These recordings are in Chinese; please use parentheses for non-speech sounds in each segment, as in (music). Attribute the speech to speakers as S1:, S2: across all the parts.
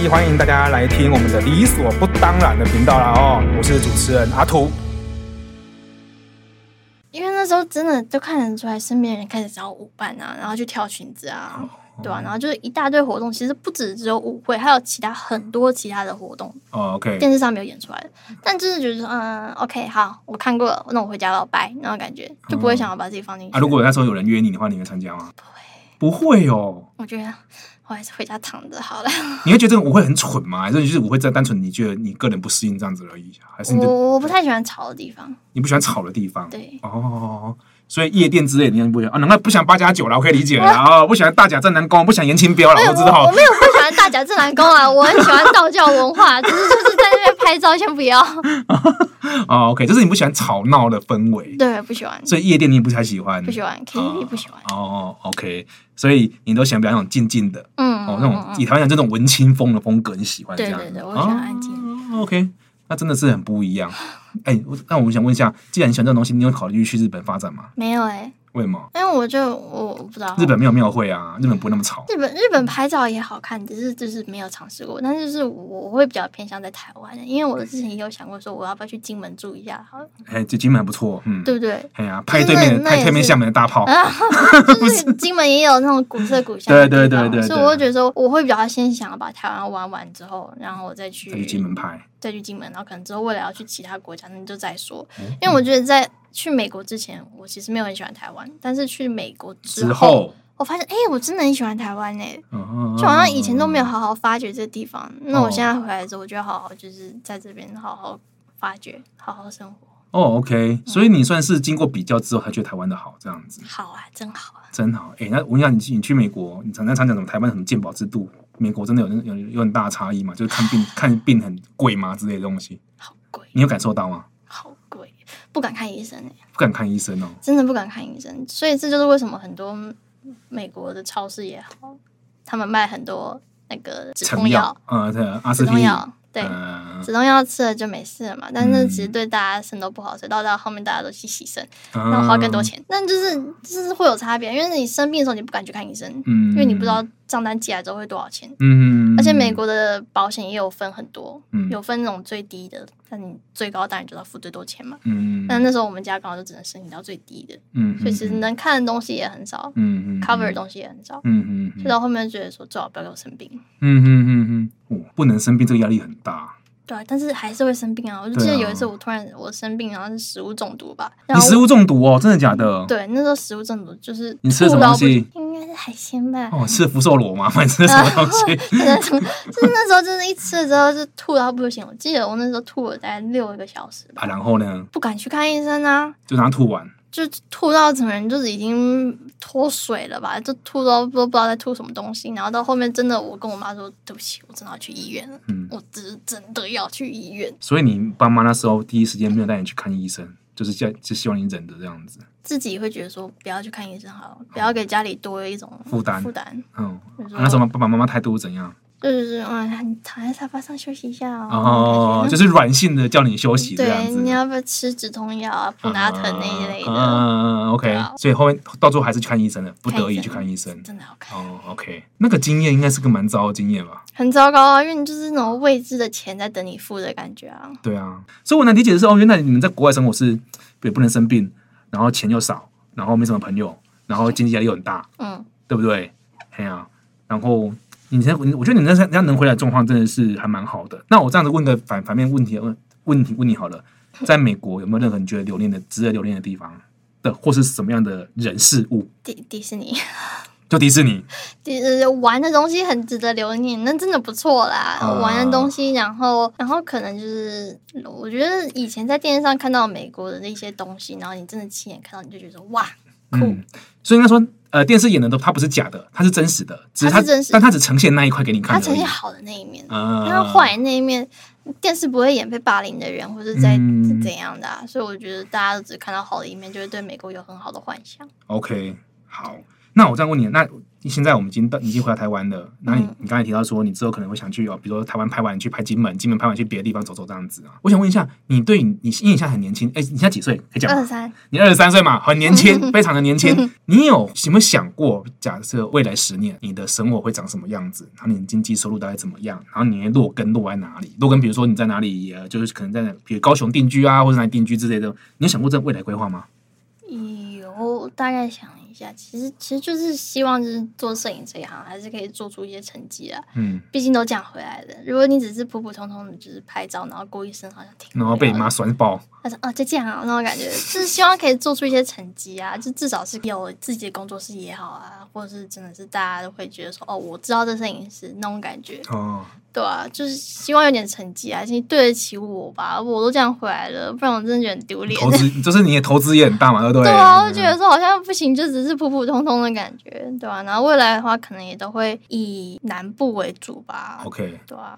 S1: 集，欢迎大家来听我们的理所不当然的频道啦哦，我是主持人阿图。
S2: 因为那时候真的就看得出来，身边人开始找舞伴啊，然后去跳裙子
S1: 哦
S2: 啊，对吧、然后就是一大堆活动，其实不止只有舞会，还有其他很多其他的活动，
S1: 哦，OK，
S2: 电视上没有演出来的。但就是觉得，嗯，OK，好，我看过了，那我回家了，拜，那种感觉就不会想要把自己放进去。
S1: 啊，如果那时候有人约你的话，你会参加吗？不会，哦。
S2: 我觉得我还是回家躺着好了。
S1: 你会觉得这个舞会很蠢吗？还是你就是舞会在单纯你觉得你个人不适应这样子而已？还是你的
S2: 我我不太喜欢吵的地方，
S1: 你不喜欢吵的地方？
S2: 对，
S1: 哦，所以夜店之类的你不喜欢啊？难怪不想八加九啦，我可以理解了
S2: (laughs)
S1: 啊、哦，不喜欢大甲正南宫，不想严清标了，啊
S2: 哎
S1: 我
S2: (laughs) 我
S1: 知道
S2: 我。没有不喜欢大甲镇南宫啊，我很喜欢道教文化，只是就是在那边拍照，先不要。 (laughs)
S1: 哦，OK，就是你不喜欢吵闹的氛围，
S2: 对，不喜欢，
S1: 所以夜店你不太喜欢。
S2: 不喜欢，KTV 不喜欢。
S1: 哦，OK，所以你都想表演那种静静的，
S2: 嗯，
S1: 哦，
S2: 嗯
S1: 那
S2: 嗯
S1: 种以台湾讲这种文青风的风格，你喜欢这
S2: 对
S1: 样？
S2: 对对，我喜欢安静。
S1: 哦 OK，那真的是很不一样。哎，我那我想问一下，既然你喜欢这种东西，你有考虑去日本发展吗？
S2: 没有哎、
S1: 为什么？
S2: 因为我就我我不知道
S1: 日本没有庙会啊，日本不会那么吵。
S2: 日本日本拍照也好看，只是就是没有尝试过。但是就是我会比较偏向在台湾，因为我之前也有想过说我要不要去金门住一下，好了
S1: 哎，这金门还不错，嗯，
S2: 对不对？
S1: 哎呀，拍对面
S2: 那
S1: 拍对
S2: 那也
S1: 面
S2: 是
S1: 厦门的大炮，
S2: 啊，就是金门也有那种古色古香的地
S1: (laughs) 对
S2: 方，
S1: 对对对对
S2: 所以我会觉得说我会比较先想要把台湾玩完之后，然后我再去
S1: 再去金门拍。
S2: 再去金门，然后可能之后未来要去其他国家，那就再说。
S1: 嗯
S2: 因为我觉得在去美国之前，我其实没有很喜欢台湾，但是去美国之
S1: 之后，
S2: 我发现，哎、我真的很喜欢台湾哎、
S1: 嗯
S2: 就好像以前都没有好好发掘这个地方。那
S1: 哦
S2: 我现在回来之后，我就要好好就是在这边好好发掘，好好生活。
S1: 哦，OK，所以你算是经过比较之后才觉得台湾的好，这样子
S2: 好啊，真好啊！
S1: 真好。哎，那我跟你讲，你去你去美国，你常常常讲什么台湾什么健保制度，美国真的有那有有很大的差异嘛？就是看
S2: (laughs)
S1: 病看病很贵吗之类的东西，
S2: 好贵，
S1: 你有感受到吗？
S2: 好贵，不敢看医生哎、
S1: 不敢看医生哦。
S2: 真的不敢看医生。所以这就是为什么很多美国的超市也好，他们卖很多那个止
S1: 成
S2: 痛
S1: 药
S2: 药、，
S1: 呃，对阿司
S2: 止
S1: 匹
S2: 痛
S1: 林，
S2: 药，对。
S1: 呃
S2: 止痛药吃了就没事了嘛，但是其实
S1: 嗯
S2: 对大家肾都不好，所以到到后面大家都去洗肾，
S1: 嗯
S2: 然后花更多钱。但就是就是会有差别，因为你生病的时候你不敢去看医生，
S1: 嗯
S2: 因为你不知道账单寄来之后会多少钱。
S1: 嗯，
S2: 而且美国的保险也有分很多，
S1: 嗯
S2: 有分那种最低的，但你最高当然就要付最多钱嘛。
S1: 嗯，
S2: 但那时候我们家刚好就只能申请到最低的，
S1: 嗯，
S2: 所以其实能看的东西也很少、
S1: 嗯嗯
S2: c o v e r 的东西也很少。
S1: 嗯嗯
S2: 所以
S1: 嗯
S2: 到后面就觉得说，最好不要给我生病。
S1: 嗯嗯嗯，哦，不能生病，这个压力很大。
S2: 对啊，但是还是会生病啊！我就
S1: 对
S2: 记得
S1: 啊
S2: 有一次我突然我生病，然后是食物中毒吧，然
S1: 你
S2: 后
S1: 食物中毒哦，真的假的？，
S2: 对那时候食物中毒就是
S1: 你吃了什
S2: 吐
S1: 么
S2: 到
S1: 东
S2: 不
S1: 西？
S2: 应该是海鲜吧，
S1: 哦，吃福寿螺吗？ (laughs) 反正什么东
S2: (laughs)
S1: 西？
S2: 那种就是那时候真的，一吃了之后就吐到不行。我记得我那时候吐了大概六个小时
S1: 啊，
S2: 吧，
S1: 然后呢，
S2: 不敢去看医生啊，
S1: 就让它吐完。
S2: 就吐到整个人就是已经脱水了吧，就吐到都不知道在吐什么东西。然后到后面真的，我跟我妈说，对不起，我真的要去医院了，
S1: 嗯
S2: 我只是真的要去医院。
S1: 所以你爸妈那时候第一时间没有带你去看医生，就是叫就希望你忍着这样子。
S2: 自己会觉得说，不要去看医生好了，不要给家里多一种
S1: 负担
S2: 负担，
S1: 嗯，
S2: 就是
S1: 啊那时候
S2: 说
S1: 爸爸妈妈态度怎样？
S2: 就是嗯，你躺在沙发上休息一下
S1: 哦，就是软性的叫你休息这样
S2: 对，
S1: 子。
S2: 你要不要吃止痛药啊、普拿疼那一类的？
S1: 嗯嗯嗯
S2: 对
S1: ，OK
S2: 啊。
S1: 所以后面到最后还是去看医生了，不
S2: 看医
S1: 得已
S2: 生
S1: 去看医生。
S2: 真的好看，
S1: 哦，OK，那个经验应该是个蛮糟的经验吧？
S2: 很糟糕啊！因为你就是那种未知的钱在等你付的感觉啊。
S1: 对啊，所以我能理解的是，哦，原来你们在国外生活是也不能生病，然后钱又少，然后没什么朋友，然后经济压力又很大，
S2: 嗯，
S1: 对不对？哎呀、然后你现在，我觉得你们那那能回来的状况真的是还蛮好的。那我这样子问个反反面问题，问问题问你好了，在美国有没有任何你觉得留恋的、值得留恋的地方的，或是什么样的人事物？
S2: 迪迪士尼， (laughs)
S1: 就迪士尼，
S2: 迪呃玩的东西很值得留念，那真的不错啦。
S1: 啊
S2: 玩的东西，然后然后可能就是，我觉得以前在电视上看到美国的一些东西，然后你真的亲眼看到，你就觉得说哇，酷
S1: 嗯，所以应该说，呃，电视演的都它不是假的，它是真实的，只它
S2: 它是真实
S1: 但它只呈现那一块给你看
S2: 它
S1: 而
S2: 呈
S1: 已
S2: 现。好的那一面。
S1: 啊
S2: 那坏那一面，电视不会演被霸凌的人，或是在
S1: 嗯
S2: 是怎样的、啊，所以我觉得大家都只看到好的一面，就会对美国有很好的幻想。
S1: OK，好。那我这样问你，那现在我们已经到已经回到台湾了，那你你刚才提到说，你之后可能会想去哦，比如说台湾拍完去拍金门，金门拍完去别的地方走走这样子啊。我想问一下，你对你你因为你现在很年轻，哎，你现在几岁？可以讲吗
S2: 二三，
S1: 你二十三岁嘛，很年轻，非常的年轻。你有有没有想过，假设未来十年你的生活会长什么样子？然后你的经济收入大概怎么样？然后你的落根落在哪里？落根，比如说你在哪里，呃，就是可能在哪比如高雄定居啊，或者哪里定居之类的。你有想过这未来规划吗？
S2: 有大概想一下，其实其实就是希望就是做摄影这一行还是可以做出一些成绩啊，
S1: 嗯，
S2: 毕竟都讲回来的。如果你只是普普通通的，就是拍照，然后过一生好像挺无聊的，
S1: 然后被你妈酸爆，
S2: 他说：“哦，就这样啊。”那种感觉就是希望可以做出一些成绩啊，就至少是有自己的工作室也好啊，或者是真的是大家都会觉得说：“哦，我知道这摄影师那种感觉。
S1: 哦，”
S2: 对啊，就是希望有点成绩啊，其实对得起我吧，我都这样回来了，不然我真的觉得很丢脸。
S1: 投资， (laughs) 就是你的投资也很大嘛，对不嗯对？
S2: 对啊，我就觉得说好像不行，就只是普普通通的感觉，对啊。然后未来的话，可能也都会以南部为主吧。
S1: 嗯 OK，
S2: 对啊，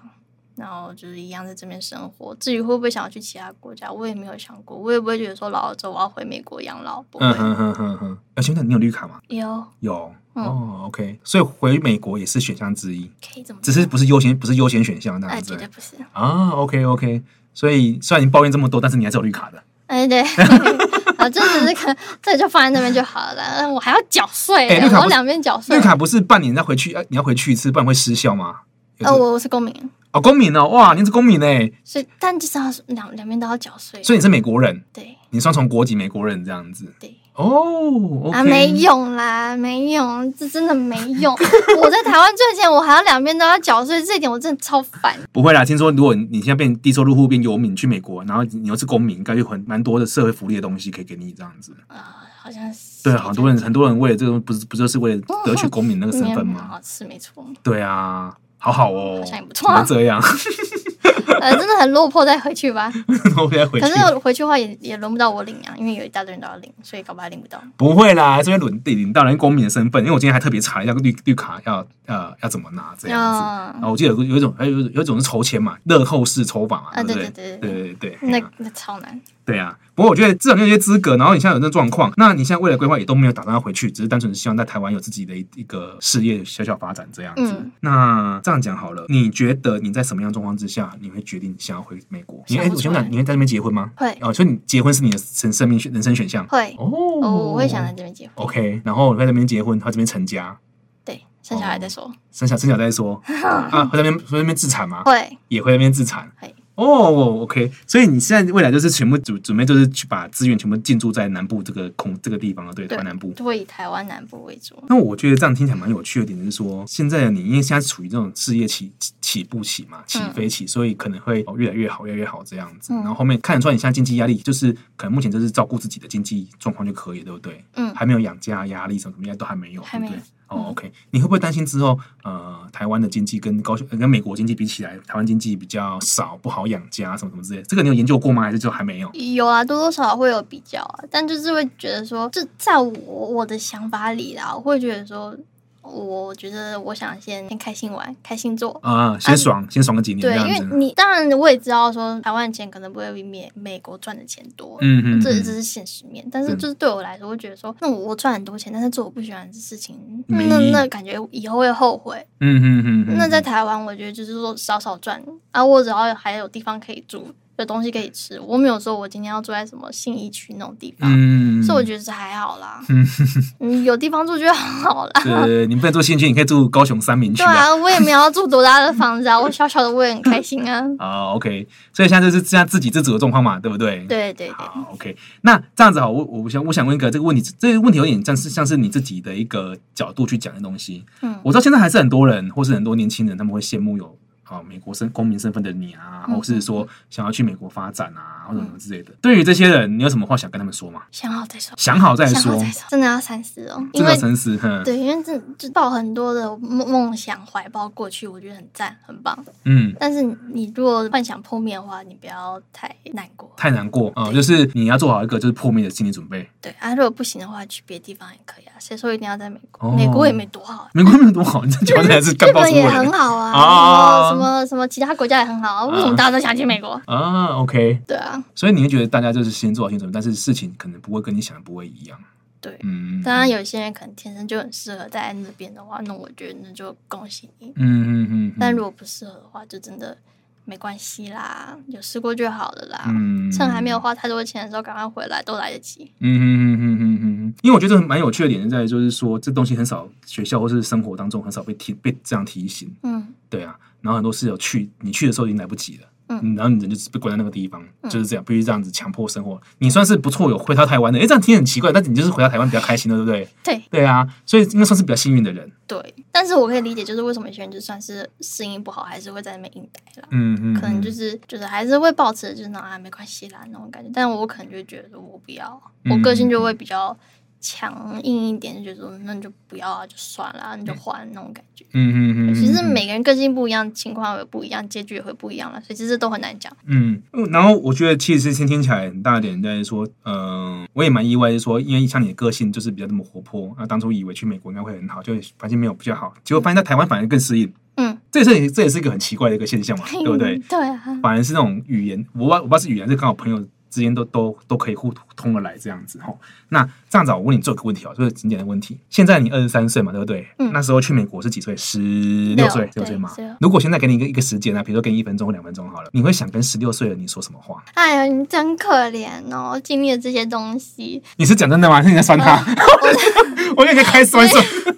S2: 然后就是一样在这边生活。至于会不会想要去其他国家，我也没有想过，我也不会觉得说老了之后我要回美国养老，不会。
S1: 嗯哼哼哼哼。呃，兄弟，你有绿卡吗？
S2: 有
S1: 有。
S2: 嗯
S1: 哦，OK，所以回美国也是选项之一，
S2: 可以这么
S1: 只
S2: 说，
S1: 是不是优先，不是优先选项这
S2: 哎，
S1: 样子。
S2: 绝对不是，
S1: 啊，OK OK，所以虽然你抱怨这么多，但是你还是有绿卡的。
S2: 哎对， (laughs) 啊，这只是看，这就放在那边就好了，嗯我还要缴税，
S1: 哎绿卡
S2: 我
S1: 不是
S2: 两边缴税
S1: 绿。卡不是半年再回去，呃你要回去一次，不然会失效吗？有
S2: 呃，
S1: 这个
S2: 我我是公民，
S1: 哦，公民哦，哇，你是公民哎，
S2: 所以但至少两两边都要缴税，
S1: 所以你是美国人，
S2: 对
S1: 你双重国籍美国人这样子。
S2: 对。
S1: 哦，OK，
S2: 啊，没用啦，没用，这真的没
S1: (laughs)
S2: 用。我在台湾赚钱，我还要两边都要缴税，这一点我真的超
S1: (laughs)
S2: 烦。
S1: 不会啦。听说如果你现在变低收入户变游民，你去美国，然后你又是公民，应该有很蛮多的社会福利的东西可以给你这样子。
S2: 啊，好像是
S1: 对啊，很多人很多人为了这个，不是不就是为了得取公民那个身份
S2: 嗯
S1: 吗？
S2: 好吃没错，
S1: 对啊，好好哦，
S2: 好像也不
S1: 怎
S2: 错啊
S1: 么这样， (laughs)
S2: 呃，真的很落魄，再回去吧。
S1: 我再回去
S2: 可。是回去的话也也轮不到我领啊，因为有一大堆人都要领，所以搞不好还领不到。
S1: 不会啦，这边轮领到人公民的身份，因为我今天还特别查了一下绿绿卡要呃要怎么拿这样子。
S2: 啊
S1: 然，后我记得有个有一种还有有一种是抽签嘛，乐透式抽法嘛，
S2: 啊
S1: 对不
S2: 对
S1: 对
S2: 对对
S1: 对对对对
S2: 那
S1: 啊
S2: 那超难。
S1: 对啊。不过我觉得至少那些资格，然后你现在有这状况，那你现在未来规划也都没有打算要回去，只是单纯是希望在台湾有自己的一一个事业小小发展这样子。
S2: 嗯
S1: 那这样讲好了，你觉得你在什么样的状况之下，你会决定想要回美国？你
S2: 想
S1: 哎，
S2: 不
S1: 我
S2: 出
S1: 想
S2: 来
S1: 讲，你会在那边结婚吗？
S2: 会
S1: 哦，所以你结婚是你的生生命选人生选项
S2: 会，
S1: 哦。
S2: 哦，我会想在这边结婚，
S1: OK，然后我在那边结婚，他这边成家，
S2: 对，生小孩再说。
S1: 生小生小再
S2: (laughs)
S1: 说啊，会在那边会在那边自产吗？
S2: 会，
S1: 也会在那边自产
S2: 会。
S1: 哦、o k 所以你现在未来就是全部准准备就是去把资源全部进驻在南部这个空这个地方了，对，
S2: 对
S1: 台湾南部。
S2: 就会以台湾南部为主。
S1: 那我觉得这样听起来蛮有趣的点就是说，现在的你因为现在处于这种事业起起起步期嘛，起飞期，所以可能会哦越来越好，越来越好这样子。
S2: 嗯
S1: 然后后面看得出来你现在经济压力，就是可能目前就是照顾自己的经济状况就可以了，对不对？
S2: 嗯，
S1: 还没有养家压力什么什么应该都还没有，
S2: 还
S1: 对不对哦
S2: 没？嗯
S1: ，OK，你会不会担心之后，呃，台湾的经济跟高雄、呃跟美国经济比起来，台湾经济比较少，不好养家，什么什么之类的？这个你有研究过吗？还是就还没有？
S2: 有啊，多多少少会有比较啊，但就是会觉得说，就在我我的想法里啦，我会觉得说，我觉得我想先先开心玩，开心做。
S1: 啊、先爽，先爽个几年这
S2: 嗯对，因
S1: 样
S2: 为嗯
S1: 子。
S2: 你当然我也知道说，台湾的钱可能不会比美美国赚的钱多，
S1: 嗯嗯，
S2: 这
S1: 嗯
S2: 这是现实面。但是
S1: 嗯
S2: 就是对我来说，我会觉得说，那我赚很多钱，但是做我不喜欢的事情，
S1: 没
S2: 那
S1: 意义
S2: 那感觉以后会后悔。
S1: 嗯嗯嗯嗯，
S2: 那在台湾，我觉得就是说少少赚啊，我只要还有地方可以住，有东西可以吃，我没有说我今天要住在什么信义区那种地方，
S1: 嗯，
S2: 所以我觉得是还好啦。
S1: 嗯
S2: (laughs) 嗯，有地方住就好
S1: (laughs)
S2: 啦。
S1: 对，嗯你不能住新区，你可以住高雄三明区
S2: 对
S1: 啊。
S2: 啊，我也没有要住多大的房子啊，我小小的我也很开心啊。
S1: 啊、o k 所以现在就是现在自给自足的状况嘛，对不对？。
S2: 对对对，
S1: 好，OK，那这样子好，我我想我想问一个这个问题，这个问题有点像是像是你自己的一个角度去讲的东西。
S2: 嗯
S1: 我知道现在还是很多人，或是很多年轻人，他们会羡慕有啊美国身公民身份的你啊，
S2: 嗯
S1: 或是说想要去美国发展啊，或者什么之类的。对于这些人，你有什么话想跟他们说吗？
S2: 想好再说，
S1: 想好再
S2: 想好
S1: 说，
S2: 再说，真的要三思哦，
S1: 这
S2: 因
S1: 个
S2: 为。
S1: 深思，哼，
S2: 对，因为这就抱很多的梦梦想怀抱过去，我觉得很赞，很棒。
S1: 嗯。
S2: 但是你如果幻想破灭的话，你不要太难过。
S1: 太难过啊、呃就是你要做好一个就是破灭的心理准备。
S2: 对啊，如果不行的话，去别的地方也可以啊。谁说一定要在美国？
S1: 哦
S2: 美国也没多好啊，
S1: 美国没有多好，你这讲的还是干
S2: 日
S1: 爆
S2: 本
S1: 中
S2: 也
S1: 国人
S2: 很好啊，
S1: 啊
S2: 什么什么什么其他国家也很好啊。为什么大家都想去美国？
S1: 啊。OK，
S2: 对啊，
S1: 所以你会觉得大家就是先做好心理准备，但是事情可能不会跟你想的不会一样。
S2: 对，
S1: 嗯，
S2: 当然有些人可能天生就很适合在那边的话，那我觉得那就恭喜你。
S1: 嗯嗯嗯，
S2: 但如果不适合的话，就真的没关系啦，有试过就好了啦。
S1: 嗯
S2: 趁还没有花太多钱的时候，赶快回来都来得及。
S1: 嗯嗯嗯嗯嗯嗯，因为我觉得蛮有趣的点在于，就是说这东西很少学校或是生活当中很少被提被这样提醒，
S2: 嗯，
S1: 对啊，然后很多事有去你去的时候已经来不及了。
S2: 嗯
S1: 然后你人就是被关在那个地方，就是这样，必须这样子强迫生活。你算是不错，有回到台湾的，哎，这样听起来很奇怪，但是你就是回到台湾比较开心的，对不对？
S2: 对
S1: 对啊，所以应该算是比较幸运的人。
S2: 对。但是我可以理解，就是为什么有些人就算是适应不好，还是会在那边硬待啦。
S1: 嗯嗯，
S2: 可能就是是就是还是会保持就是那种啊没关系啦那种感觉，但我可能就觉得我不要，
S1: 嗯
S2: 我个性就会比较强硬一点，就觉得说那你就不要啊，就算了啊，你就换那种感觉。
S1: 嗯嗯嗯，
S2: 其实每个人个性不一样，情况也不一样，结局也会不一样了，所以其实都很难讲。
S1: 嗯，嗯然后我觉得其实先听起来很大的点在于说，嗯、我也蛮意外，就是说，因为像你的个性就是比较这么活泼，啊，当初以为去美国应该会很好，就发现没有比较好，结果发现在台湾反而更适应，
S2: 嗯，
S1: 这也是这也是一个很奇怪的一个现象嘛，对不对？？
S2: (laughs) 对啊，
S1: 反而是那种语言，我不知道我不知道是语言，是刚好朋友之间都都都可以互通而来这样子哈。那这样子啊，我问你这个问题哦，就是经典的问题。现在你二十三岁嘛，对不对？
S2: 嗯
S1: 那时候去美国是几岁？十六岁，
S2: 对
S1: 六岁嘛
S2: 16。
S1: 如果现在给你一个一个时间啊，比如说给你一分钟或两分钟好了，你会想跟十六岁的你说什么话？
S2: 哎呀，你真可怜哦，经历了这些东西，
S1: 你是讲真的吗？还是你在酸
S2: (laughs)
S1: 他？我 (laughs) 就可以开始酸酸。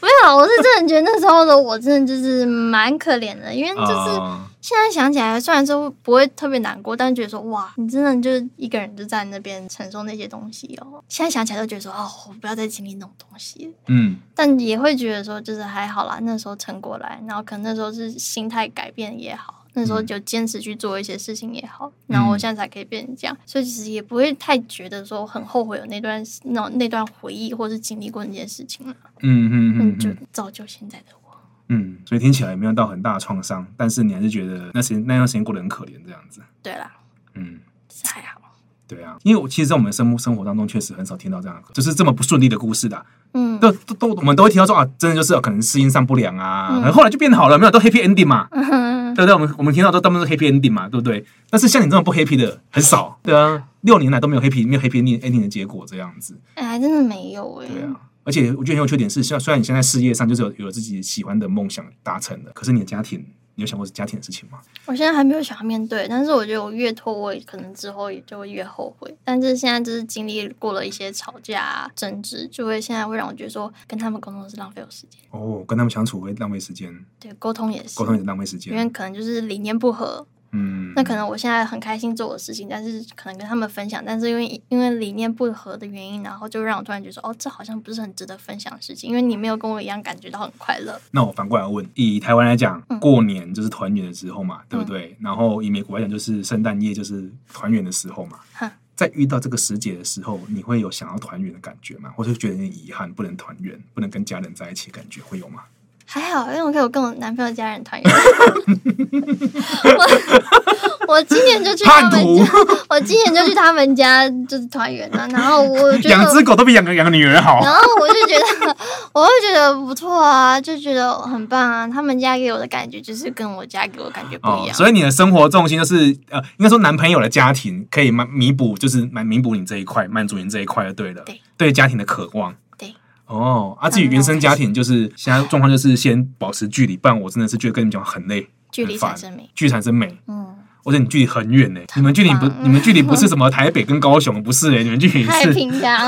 S2: 没有，啊我是真的觉得那时候的我真的就是蛮可怜的，因为就是
S1: 啊
S2: 现在想起来，虽然说不会特别难过，但觉得说哇，你真的就是一个人就在那边承受那些东西哦。现在想起来都觉得说哦，我不要再经历那种东西了，
S1: 嗯
S2: 但也会觉得说就是还好啦，那时候撑过来，然后可能那时候是心态改变也好。那
S1: 嗯
S2: 时候就坚持去做一些事情也好，然后我现在才可以变成这
S1: 嗯
S2: 样，所以其实也不会太觉得说很后悔有那段那种那段回忆或是经历过那件事情了，
S1: 嗯嗯嗯
S2: 嗯，就
S1: 嗯
S2: 造就现在的我。
S1: 嗯，所以听起来没有到很大的创伤，但是你还是觉得那时间那段时间过得很可怜这样子。
S2: 对啦，
S1: 嗯。
S2: 是还好，
S1: 对啊，因为我其实，在我们生活生活当中，确实很少听到这样的，就是这么不顺利的故事的、啊。
S2: 嗯，
S1: 都都都，我们都会听到说啊，真的就是可能适应上不良啊，
S2: 嗯
S1: 可能后来就变好了，没有都 happy ending 嘛，
S2: 嗯
S1: 对不对？我们我们听到都大部分都是 happy ending 嘛，对不对？但是像你这种不 happy 的很
S2: (laughs)
S1: 少，对啊，六年来都没有 happy 没有 happy ending ending 的结果这样子，
S2: (laughs) 哎、还真的没有哎、
S1: 对啊。而且我觉得很有缺点是，像虽然你现在事业上就是有有自己喜欢的梦想达成了，可是你的家庭，你有想过是家庭的事情吗？
S2: 我现在还没有想要面对，但是我觉得我越拖，我也可能之后也就会越后悔。但是现在就是经历过了一些吵架、啊、争执，就会现在会让我觉得说跟他们沟通是浪费我时间，
S1: 哦，跟他们相处会浪费时间，
S2: 对，沟通也是
S1: 沟，通也是浪费时
S2: 因为
S1: 间。
S2: 可能就是理念不合。
S1: 嗯，
S2: 那可能我现在很开心做我的事情，但是可能跟他们分享，但是因为因为理念不合的原因，然后就让我突然觉得说，哦，这好像不是很值得分享的事情，因为你没有跟我一样感觉到很快乐。
S1: 那我反过来问，以台湾来讲，
S2: 嗯
S1: 过年就是团圆的时候嘛，对不对？然后以美国来讲，就是圣诞夜就是团圆的时候嘛
S2: 哼。
S1: 在遇到这个时节的时候，你会有想要团圆的感觉吗？或者觉得有点遗憾，不能团圆，不能跟家人在一起，感觉会有吗？
S2: 还好，因为我可以有跟我男朋友家人团圆。
S1: (laughs)
S2: 我 (laughs) 我今年就去他
S1: 叛
S2: 们
S1: 徒
S2: 家，，我今年就去他们家就是团圆了。然后我觉
S1: (laughs) 养只
S2: 得，
S1: 狗都比养个养个女人好。
S2: 然后我就觉得，我会觉得不错啊，就觉得很棒啊。他们家给我的感觉就是跟我家给我感觉不一
S1: 哦，
S2: 样。
S1: 所以你的生活重心就是呃，应该说男朋友的家庭可以满弥补，就是满弥补你这一块，满足你这一块就对了。
S2: 对，
S1: 家庭的渴望。
S2: 对。
S1: 哦，啊，至于原生家庭，就是现在状况就是先保持距离，不然我真的是觉得跟你们讲很累，
S2: 距离
S1: 很烦
S2: 产生美，
S1: 距离产生美，
S2: 嗯，
S1: 而且你距离很远呢、你们距离不，
S2: 棒
S1: 你们距离不是什么台北跟高雄，不是哎、你们距
S2: (laughs)
S1: 离
S2: 太
S1: 是，
S2: 平
S1: (laughs)
S2: 洋，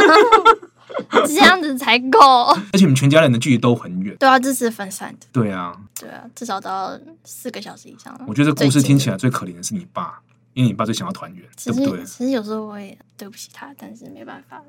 S2: 这样子才够。
S1: 而且你们全家人的距离都很远。
S2: 对啊，这是分散的，
S1: 对啊，
S2: 对啊，至少都要四个小时以上了。
S1: 我觉得这故事
S2: 最近
S1: 听起来最可怜的是你爸，因为你爸最想要团圆，
S2: 其
S1: 对
S2: 实
S1: 不对？
S2: 其实有时候我也对不起他，但是没办法，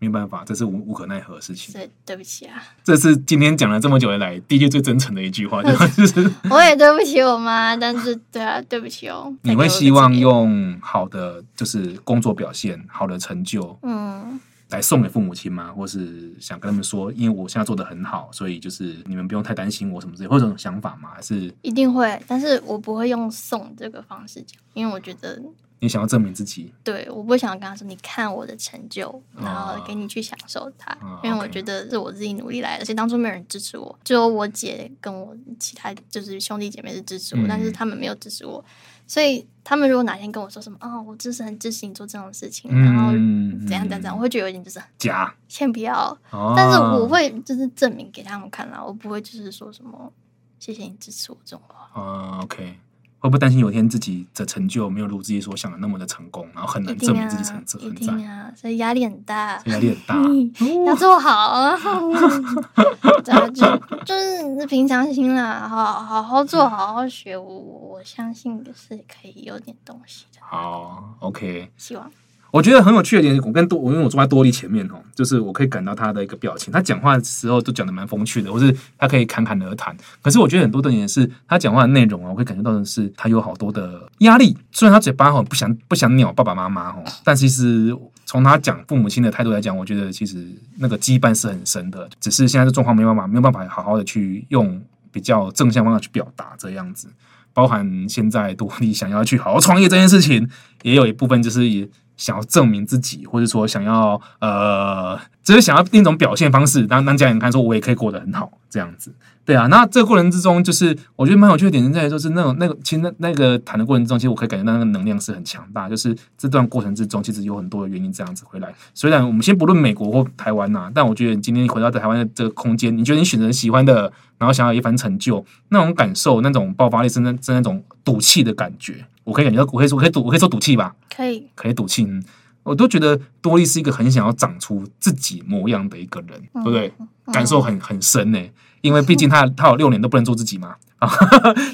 S1: 没办法，这是无无可奈何的事情。
S2: 所以对不起啊， (laughs)
S1: 这是今天讲了这么久以来第一句最真诚的一句话，就是
S2: 我也对不起我妈，但是对啊，对不起哦。
S1: 你会希望
S2: 再给我一个
S1: 用好的就是工作表现、好的成就
S2: 机会嗯，
S1: 来送给父母亲吗？或是想跟他们说，因为我现在做的很好，所以就是你们不用太担心我什么之类，会有这种想法吗？还是
S2: 一定会，但是我不会用送这个方式讲，因为我觉得
S1: 你你想要证明自己，
S2: 对，我不想跟他说，你看我的成就，然后给你去享受它，
S1: 啊
S2: 因为我
S1: 哦 OK
S2: 觉得是我自己努力来的，而且当初没有人支持我，只有我姐跟我其他就是兄弟姐妹是支持我，
S1: 嗯
S2: 但是他们没有支持我，所以他们如果哪天跟我说什么，哦，我支持很支持你做这种事情，然后
S1: 嗯，
S2: 怎样怎样怎样，我会觉得有点就是
S1: 假，
S2: 先不要，
S1: 哦
S2: 但是我会就是证明给他们看啦，我不会就是说什么谢谢你支持我这种话，
S1: 啊，OK。会不会担心有一天自己的成就没有如自己所想的那么的成功，然后很
S2: 一
S1: 难
S2: 定
S1: 证明
S2: 啊
S1: 自己成，存
S2: 一
S1: 在，
S2: 定啊，所以压力很大。嗯
S1: 压力很大。
S2: 要做好啊！对啊，就就是平常心啦，好好好做，好好学。我我相信是可以有点东西的，
S1: 好，OK。
S2: 希望。
S1: 我觉得很有趣的点，我跟多，我因为我坐在多利前面哦，就是我可以感到他的一个表情，他讲话的时候都讲的蛮风趣的，或是他可以侃侃而谈。可是我觉得很多的点是，他讲话的内容啊，我会感觉到的是他有好多的压力。虽然他嘴巴很不想不想鸟爸爸妈妈哦，但其实从他讲父母亲的态度来讲，我觉得其实那个羁绊是很深的，只是现在这状况没有办法，没有办法好好的去用比较正向方法去表达这样子。包含现在多利想要去好好创业这件事情，也有一部分就是也想要证明自己，或者说想要呃，只是想要另一种表现方式，让让家人看说我也可以过得很好这样子。对啊，那这个过程之中，就是我觉得蛮有趣的点是在于，就是那种那个，其实那那个谈的过程之中，其实我可以感觉到那个能量是很强大。就是这段过程之中，其实有很多的原因这样子回来。虽然我们先不论美国或台湾呐、但我觉得你今天回到台湾的这个空间，你觉得你选择喜欢的，然后想要有一番成就，那种感受，那种爆发力，是那是那种赌气的感觉。我可以感觉到，我可以说，我可以赌，我可以说赌气吧。
S2: 可以，
S1: 可以赌气，嗯我都觉得多利是一个很想要长出自己模样的一个人，对不对？
S2: 嗯
S1: 感受很很深呢、因为毕竟他他有六年都不能做自己嘛，啊， (laughs)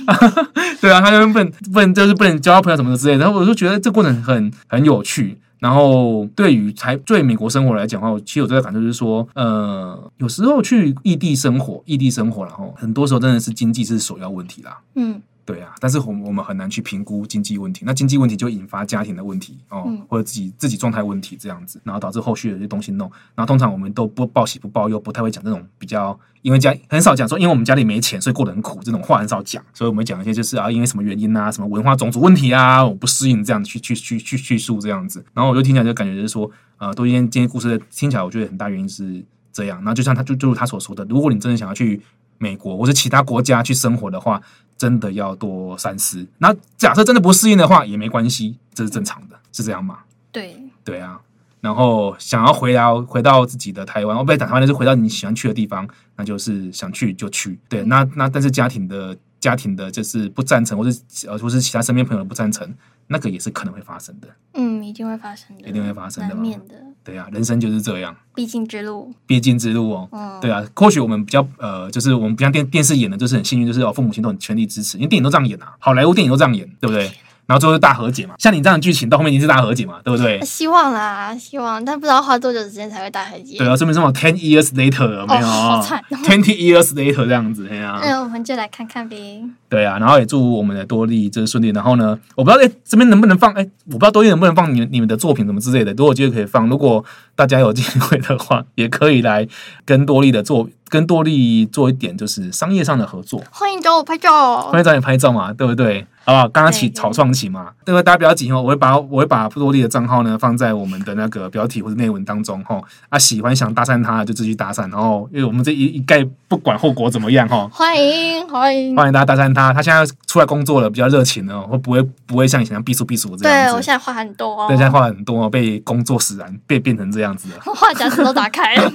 S1: 对啊，他就不能不能就是不能交到朋友什么之类的。然后我就觉得这过程很很有趣。然后对于台对美国生活来讲的话，我其实我最大的感受就是说，呃，有时候去异地生活，异地生活，然后很多时候真的是经济是首要问题啦。
S2: 嗯，
S1: 对啊，但是我们我们很难去评估经济问题，那经济问题就引发家庭的问题哦，
S2: 嗯
S1: 或者自己自己状态问题这样子，然后导致后续有些东西弄，然后通常我们都不报喜不报忧，不太会讲这种比较，因为家很少讲说，因为我们家里没钱，所以过得很苦这种话很少讲，所以我们讲一些就是啊，因为什么原因啊，什么文化种族问题啊，我不适应这样去去去去叙述这样子，然后我就听起来就感觉就是说，呃，多今天今天故事的听起来，我觉得很大原因是这样，那就像他就就如他所说的，如果你真的想要去。美国或是其他国家去生活的话，真的要多三思。那假设真的不适应的话，也没关系，这是正常的，是这样吗？
S2: 对，
S1: 对啊。然后想要回到回到自己的台湾，哦，不是台湾，就是回到你喜欢去的地方，那就是想去就去。对，那那但是家庭的家庭的就是不赞成，或是呃或是其他身边朋友的不赞成，那个也是可能会发生的。
S2: 嗯，一定会发生的，
S1: 一定会发生的
S2: 难
S1: 嘛
S2: 免的，
S1: 对啊，人生就是这样，
S2: 必经之路。
S1: 必经之路哦。
S2: 嗯，
S1: 对啊，或许我们比较呃，就是我们不像电电视演的，就是很幸运，就是哦，父母亲都很全力支持，因为电影都这样演啊，好莱坞电影都这样演，对不
S2: 啊
S1: 对？然后最后是大和解嘛，像你这样的剧情到后面已经是大和解嘛，对不对？
S2: 希望啦，希望，但不知道花多久时间才会大和解。
S1: 对啊，说明什么？Ten years later 有没有
S2: 好惨嗯哦
S1: (laughs) ？Twenty years later 这样子，哎呀、
S2: 那我们就来看看呗。
S1: 对啊，然后也祝我们的多利就是顺利。然后呢，我不知道哎、这边能不能放哎、我不知道多利能不能放你们你们的作品什么之类的。如果觉得可以放，如果大家有机会的话，也可以来跟多利的做跟多利做一点就是商业上的合作。
S2: 欢迎找我拍照
S1: 欢，迎找你拍照嘛，对不对？好不好？刚刚起
S2: 对
S1: 草创期嘛，对吧？大家不要急哦，我会把我会把多利的账号呢放在我们的那个标题或者内文当中吼。啊，喜欢想搭讪他的就继续搭讪，然后因为我们这一一概不管后果怎么样吼，
S2: 欢迎欢迎。
S1: 欢迎大家搭讪他。他现在出来工作了，比较热情哦了，会不会不会像以前那样避暑避暑这
S2: 对
S1: 样
S2: 我
S1: 子？
S2: 现在话很多哦，
S1: 对，现在话很多，被工作使然，被变成这样子了。
S2: 我话匣子都
S1: (laughs)
S2: 打开了。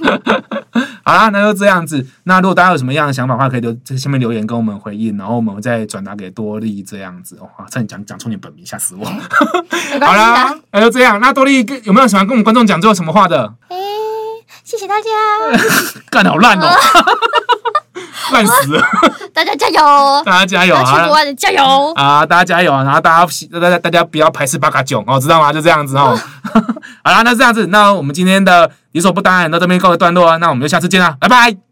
S1: 好啦，那就这样子。那如果大家有什么样的想法的话，可以留在下面留言跟我们回应，然后我们会再转达给多利这样子。哦哇，差点讲讲出你本名，吓死我！好
S2: 没关系啊
S1: 啦，那就这样。那多利跟有没有想跟我们观众讲最后什么话的？
S2: 哎、谢谢大家，
S1: 干好烂 (laughs) 哦，烂死了！
S2: 大家加油！
S1: 大家加油
S2: (laughs) 要去国
S1: 啊！
S2: 外的加油！
S1: 啊，大家加油啊！然后大家喜大家大家不要排斥八嘎囧哦，知道吗？就这样子 (laughs) 哦。好啦，那这样子，那我们今天的理所不当然到这边告一段落啊，那我们就下次见啦，拜拜。